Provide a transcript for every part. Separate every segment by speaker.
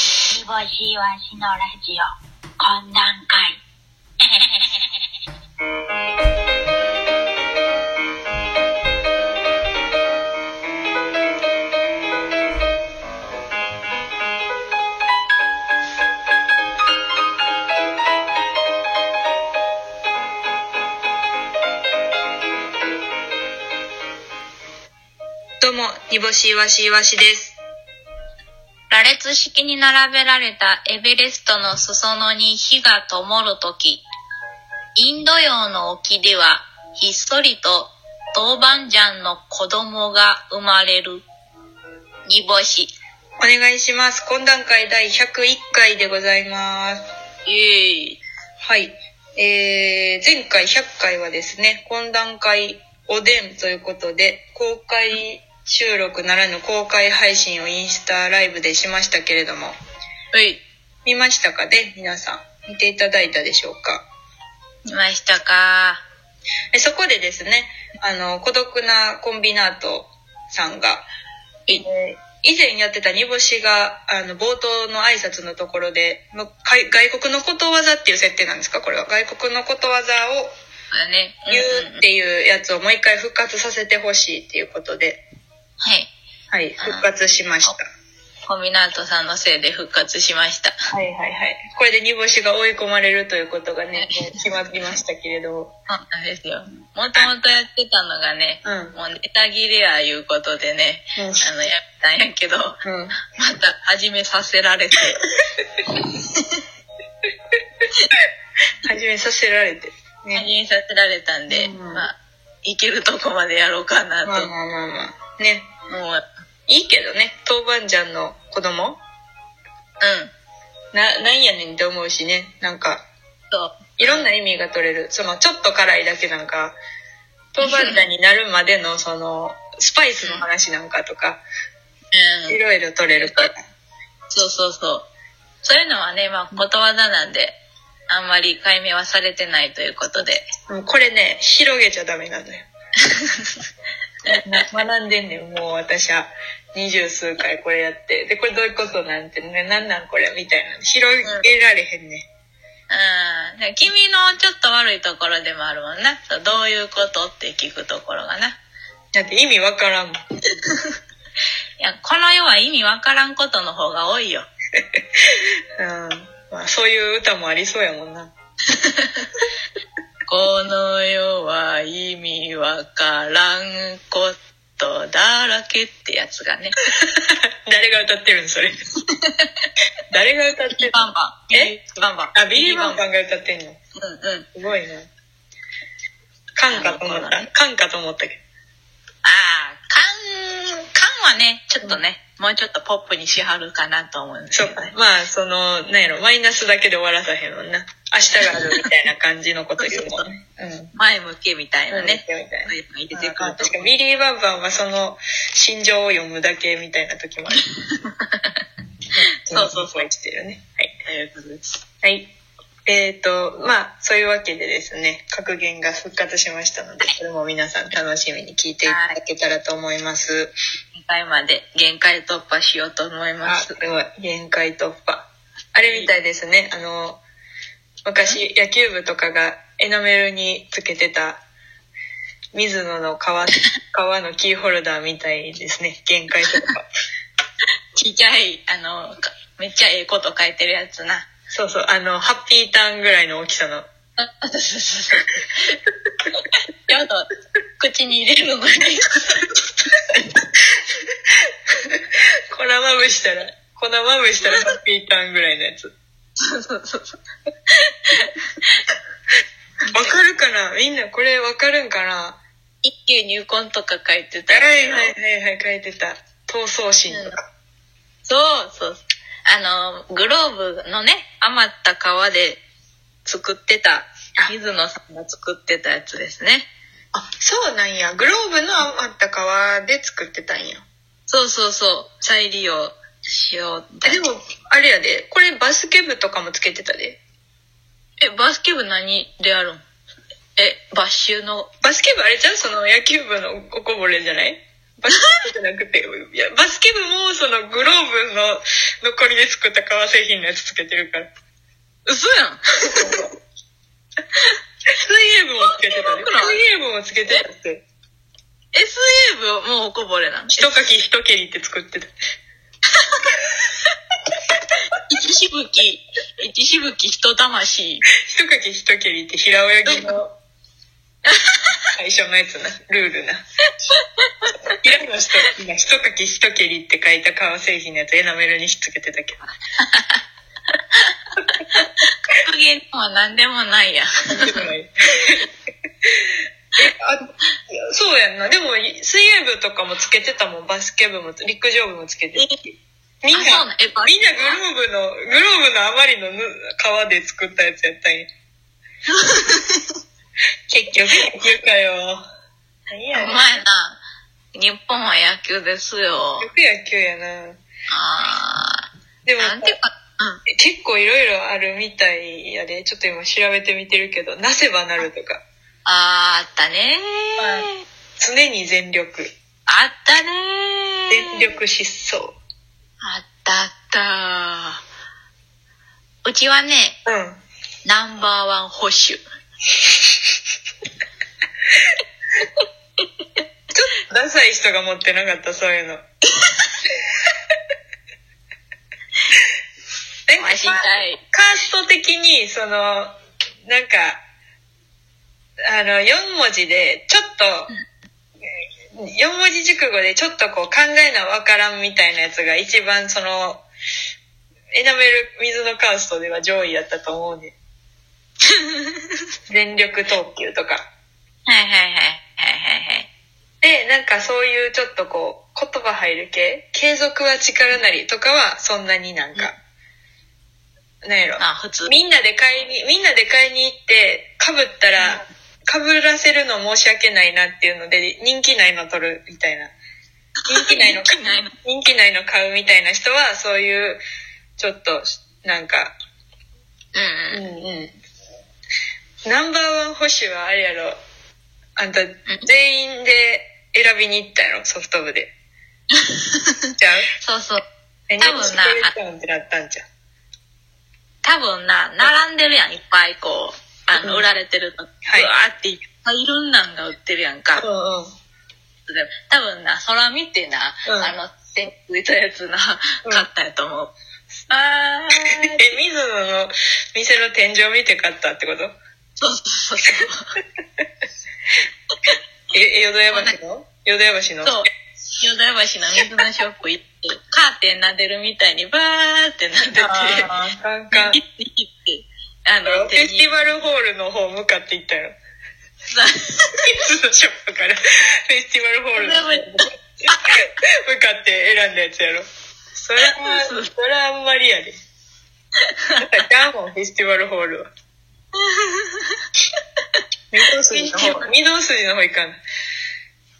Speaker 1: しいわしのラジオ懇談会
Speaker 2: どうも、煮干しいわしいわしです。
Speaker 3: 羅列式に並べられたエベレストの裾野に火が灯るとき、インド洋の沖ではひっそりと豆板醤の子供が生まれる。煮干し。
Speaker 2: お願いします。懇談会第101回でございます。
Speaker 3: イエーイ。
Speaker 2: はい。えー、前回100回はですね、懇談会おでんということで、公開収録ならぬ公開配信をインスタライブでしましたけれども、
Speaker 3: はい。
Speaker 2: 見ましたかね皆さん。見ていただいたでしょうか
Speaker 3: いましたか
Speaker 2: えそこでですね、あの、孤独なコンビナートさんが、えー以前やってた煮干しが、あの、冒頭の挨拶のところで、むかい外国のことわざっていう設定なんですかこれは。外国のことわざを
Speaker 3: だね。
Speaker 2: 言
Speaker 3: ん
Speaker 2: うっ
Speaker 3: ん
Speaker 2: ていうやつをもう一回復活させてほしいっていうことで、
Speaker 3: はい。
Speaker 2: はい、復活しました。
Speaker 3: コミナートさんのせいで復活しました。
Speaker 2: はいはいはい。これで煮干しが追い込まれるということがね、もう決まりましたけれど。
Speaker 3: そうなんですよ。もともとやってたのがね、
Speaker 2: うん
Speaker 3: もうネタ切れやいうことでね、
Speaker 2: うん
Speaker 3: あの、やったんやけど、
Speaker 2: うん。
Speaker 3: また始めさせられて。
Speaker 2: 始めさせられて。
Speaker 3: 始めさせられたんで、
Speaker 2: うん
Speaker 3: まあ、いけるとこまでやろうかなと。
Speaker 2: まあまあまあまあ。ね。
Speaker 3: もう、
Speaker 2: いいけどね、豆板醤の子供
Speaker 3: うん。
Speaker 2: な、なんやねんって思うしね。なんか、
Speaker 3: そう。
Speaker 2: いろんな意味が取れる。その、ちょっと辛いだけなんか、豆板醤になるまでの、その、スパイスの話なんかとか、
Speaker 3: う
Speaker 2: い
Speaker 3: ん。
Speaker 2: ろいろ取れるから。
Speaker 3: そうそうそう。そういうのはね、まあ、ことわざなんで、あんまり解明はされてないということで。
Speaker 2: もうこれね、広げちゃダメなのよ。な学んでんねん、もう私は。二十数回これやって。で、これどういうことなんてね、なんなんこれみたいな。広げられへんねん。
Speaker 3: うん。で君のちょっと悪いところでもあるもんな。そうどういうことって聞くところがな。い
Speaker 2: だって意味わからんもん。
Speaker 3: や、この世は意味わからんことの方が多いよ。
Speaker 2: うん。まあ、そういう歌もありそうやもんな。
Speaker 3: この世は意味わからんことだらけってやつがね。
Speaker 2: 誰が歌ってる のそれ。誰が歌ってるの
Speaker 3: バンバン。
Speaker 2: え
Speaker 3: バンバン。
Speaker 2: あ、ビリーバンバ
Speaker 3: ン。
Speaker 2: ンが歌ってんの。
Speaker 3: うんうん。
Speaker 2: すごいな。カンかと思っ
Speaker 3: あの子だ
Speaker 2: た。カンかと思ったけ
Speaker 3: ああ、カン、カンはね、ちょっとね、もうちょっとポップにしはるかなと思うんで
Speaker 2: ど。
Speaker 3: すけ
Speaker 2: そ
Speaker 3: ど
Speaker 2: うか。まあ、その、なんやろ、マイナスだけで終わらさへんもんな。明日があるみたいな感じのこと言うもんね。うん。
Speaker 3: 前向けみたいなね。
Speaker 2: 前向けみたいな
Speaker 3: そういうの入れてく
Speaker 2: あ
Speaker 3: ると
Speaker 2: 確かビリー・バンバンはその心情を読むだけみたいな時 もある。
Speaker 3: そうそうそう
Speaker 2: 生きてるね。はい。
Speaker 3: ということです。
Speaker 2: はい。えっ、と、まあ、そういうわけでですね、格言が復活しましたので、これも皆さん楽しみに聞いていただけたらと思います。
Speaker 3: 2回まで限界突破しようと思いま
Speaker 2: あ、
Speaker 3: す
Speaker 2: す。ごい。限界突破。あれみたいですね、あの、昔野球部とかがエナメルにつけてた、水野の革、革のキーホルダーみたいですね、限界突破。
Speaker 3: ちっちゃい、あの、かめっちゃええこと書いてるやつな。
Speaker 2: そうそう、あの、ハッピーターンぐらいの大きさの。
Speaker 3: ちょうど口に入れるのがね。
Speaker 2: 粉まぶしたら、粉まぶしたらハッピーターンぐらいのやつ。
Speaker 3: そうそうそうそう。
Speaker 2: わかるかなみんなこれわかるんかな
Speaker 3: 一級入魂とか書いてた
Speaker 2: は
Speaker 3: やつ
Speaker 2: い
Speaker 3: やろ
Speaker 2: はいはいはい、書いてた。闘争心とか。
Speaker 3: そうそう。あの、グローブのね、余った皮で作ってた、水野さんが作ってたやつですね。
Speaker 2: あ、そうなんや。グローブの余った革で作ってたんや。
Speaker 3: そうそうそう。再利用しようって
Speaker 2: え。でも、あれやで、これバスケ部とかもつけてたで。
Speaker 3: え、バスケ部何であるんえ、バッシュの、
Speaker 2: バスケ部あれじゃんその野球部のおこぼれじゃないバスケ部じゃなくて、いや、バスケ部もそのグローブの残りで作った革製品のやつつけてるから。
Speaker 3: 嘘やん。
Speaker 2: 水泳部もつけてたね。水泳部もつけてたって。
Speaker 3: SA 部もうおこぼれなの。
Speaker 2: 一かき一蹴りって作ってた。
Speaker 3: 一しぶき、一しぶき一魂。
Speaker 2: 一かき一蹴りって平泳ぎの最初のやつな、ルールな。平野の人、一かき一蹴りって書いた革製品のやつエナメルにひっつけてたけど。
Speaker 3: 格言は何でもないや。
Speaker 2: え、あ、そうやんな。でも、水泳部とかもつけてたもん。バスケ部も、陸上部もつけてた。みん
Speaker 3: あそう
Speaker 2: な
Speaker 3: なん、えバス
Speaker 2: みんなグローブの、グローブのあまりのぬ革で作ったやつやっ たんや。結局、野球かよ。何や
Speaker 3: お前
Speaker 2: ねん。
Speaker 3: な、日本は野球ですよ。
Speaker 2: よく野球やな。
Speaker 3: あ
Speaker 2: で
Speaker 3: ー。
Speaker 2: も、
Speaker 3: なんていうか、うん。
Speaker 2: 結構いろいろあるみたいやで、ちょっと今調べてみてるけど、なせばなるとか、
Speaker 3: あー、あったね
Speaker 2: はい
Speaker 3: ー。
Speaker 2: 常に全力、
Speaker 3: あったねー。
Speaker 2: 全力疾走。
Speaker 3: あったあった。うちはね、
Speaker 2: うん。
Speaker 3: ナンバーワン保守。
Speaker 2: ダサい人が持ってなかった、そういうの。なんか
Speaker 3: マジかい。
Speaker 2: カースト的に、その、なんか、あの、4文字で、ちょっと、4文字熟語でちょっとこう考えなわからんみたいなやつが一番その、エナメル水のカーストでは上位やったと思うね。全力投球とか。
Speaker 3: はいはいはい。はいはいはい。
Speaker 2: で、なんかそういうちょっとこう、言葉入る系、継続は力なりとかはそんなになんか、なんやろ。
Speaker 3: まあ普通。
Speaker 2: みんなで買いに、みんなで買いに行って、被ったら、被らせるの申し訳ないなっていうので、人気ないの取るみたいな。人気ないの買う
Speaker 3: 人気ないの。
Speaker 2: 人気ないの買うみたいな人は、そういう、ちょっと、なんか、
Speaker 3: うん
Speaker 2: う
Speaker 3: うん。
Speaker 2: んうん。ナンバーワン保守はあれやろ。あんた、全員で選びに行ったやろ、ソフト 部で。じゃあ、
Speaker 3: そうそう。
Speaker 2: え
Speaker 3: 多分な
Speaker 2: 日本一取れちゃうんってなったんじゃん。
Speaker 3: 多分な、並んでるやん、いっぱいこう、あ
Speaker 2: うん
Speaker 3: の、売られてると、
Speaker 2: はい
Speaker 3: ぶわーっていっぱいいろんなんが売ってるやんか。
Speaker 2: うんうん。
Speaker 3: で多分な、空見てな、
Speaker 2: うん
Speaker 3: あの、手ついたやつな、
Speaker 2: うん
Speaker 3: 買ったやと思う。あー、
Speaker 2: え、水野の店の天井見て買ったってこと
Speaker 3: そうそうそうそう。
Speaker 2: え、淀屋橋の淀屋橋の
Speaker 3: そう。ヨダ橋の水のショップ行って、カーテン撫でるみたいにバーって撫で
Speaker 2: あーカンカン。
Speaker 3: て、ニキって、あの、
Speaker 2: フェスティ
Speaker 3: ル。
Speaker 2: バルホールの方向かって行った よ。
Speaker 3: そう
Speaker 2: 水野ショップから、フェスティバルホールの方向かって選んだやつやろ。それは、それはあんまりやで。なんかちゃうもん、フェスティバルホー ルは。御堂筋の方、御堂筋の方行かん。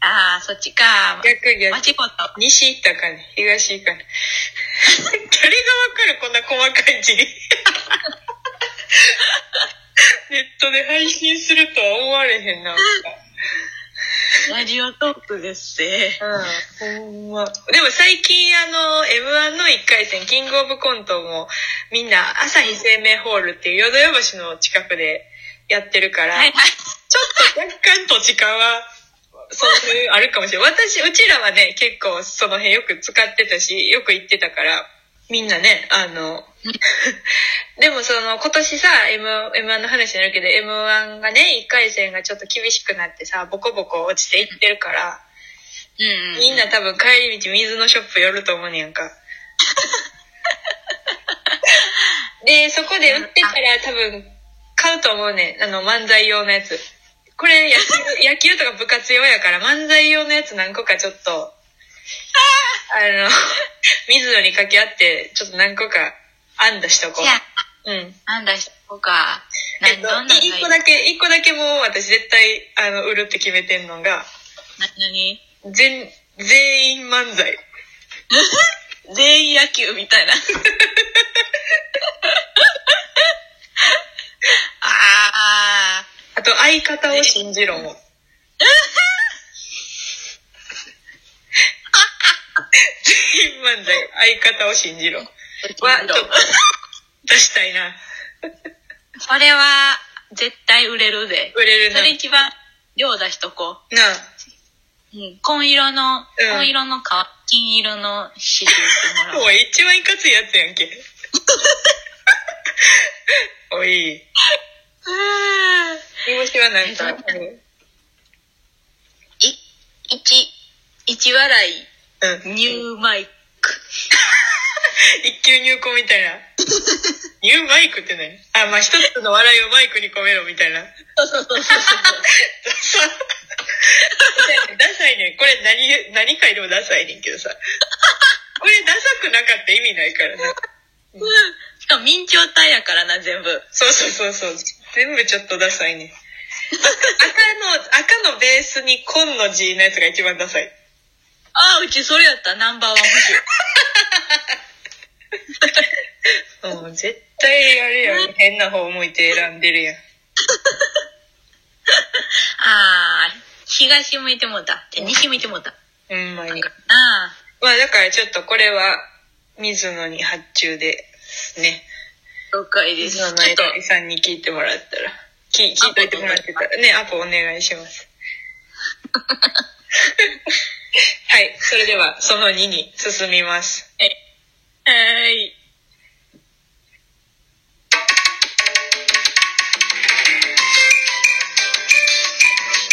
Speaker 3: あー、そっちか。
Speaker 2: 逆
Speaker 3: 間違
Speaker 2: 逆
Speaker 3: っ。た。
Speaker 2: 西行ったかね東行ったかね 誰がわかるこんな細かい 地理ネットで配信するとは思われへんな。
Speaker 3: ラジオトークですぜ。
Speaker 2: うん、ほんま。でも最近あの、M1 の1回戦、キングオブコントも、みんな、朝日生命ホールっていう、淀屋橋の近くでやってるから、
Speaker 3: はいはい。
Speaker 2: ちょっと若干土地勘は、そういう、あるかもしれない。私、うちらはね、結構その辺よく使ってたし、よく行ってたから、みんなね、あの、 でもその、今年さ、M、M1 の話になるけど、M1 がね、1回戦がちょっと厳しくなってさ、ボコボコ落ちていってるから、
Speaker 3: うんうん。
Speaker 2: みんな多分帰り道水のショップ寄ると思うね やんか。で、そこで売ってたら多分買うと思うねん。あの漫才用のやつ。これ野球 野球とか部活用やから漫才用のやつ何個かちょっと、 あの、水野に掛け合ってちょっと何個か編んだしとこ
Speaker 3: じゃ
Speaker 2: う。うん。
Speaker 3: あ、なんだしとか。な
Speaker 2: えっ
Speaker 3: ん
Speaker 2: と、
Speaker 3: どんなんがいい
Speaker 2: 一個だけ、一個だけもう私絶対あの売るって決めてんのが、
Speaker 3: な何
Speaker 2: 全、全員漫才。
Speaker 3: 全員野球みたいな。ああ。
Speaker 2: あと、相方を信じろも。全員漫才、相方を信じろ。は、ちょっと出したいな。
Speaker 3: それは、絶対売れるで。
Speaker 2: 売れる
Speaker 3: そ
Speaker 2: な。
Speaker 3: れ一番、量出しとこ
Speaker 2: なあ。
Speaker 3: う。うん。紺色の、
Speaker 2: うん
Speaker 3: 紺色の皮、金色のシリーズもら おう。
Speaker 2: おい、一番いかついやつやん け。おい。煮干しはなんか、
Speaker 3: え
Speaker 2: う
Speaker 3: い、一、一笑
Speaker 2: ん。
Speaker 3: い、ニューマイク。
Speaker 2: 一級入魂みたいな。ニューマイクって何あ、まあ、一つの笑いをマイクに込めろみたいな。ダ
Speaker 3: そうそうそうそう
Speaker 2: サい。 ダサいねん。これ何、何回でもダサいねんけどさ。これダサくなかったら意味ないからな。
Speaker 3: そう。しかも明朝体やからな、全部。
Speaker 2: そうそうそうそう。全部ちょっとダサいねん。赤の、赤のベースに紺の字のやつが一番ダサい。
Speaker 3: ああ、うちそれやったらナンバーワン欲しい。
Speaker 2: うん、絶対あれやん。変な方向いて選んでるやん。
Speaker 3: ああ、東向いてもうた。じゃあ西向いてもうた。
Speaker 2: ほんまに。
Speaker 3: ああ、
Speaker 2: まあだからちょっとこれは、水野に発注ですね。
Speaker 3: 了解です。
Speaker 2: 水
Speaker 3: ちょ
Speaker 2: 野
Speaker 3: っ
Speaker 2: の
Speaker 3: と、
Speaker 2: 偉いさんに聞いてもらったら。聞聞いといてもらってたら。ね、アポお願いし ます。はい、それではその2に進みます。
Speaker 3: はい。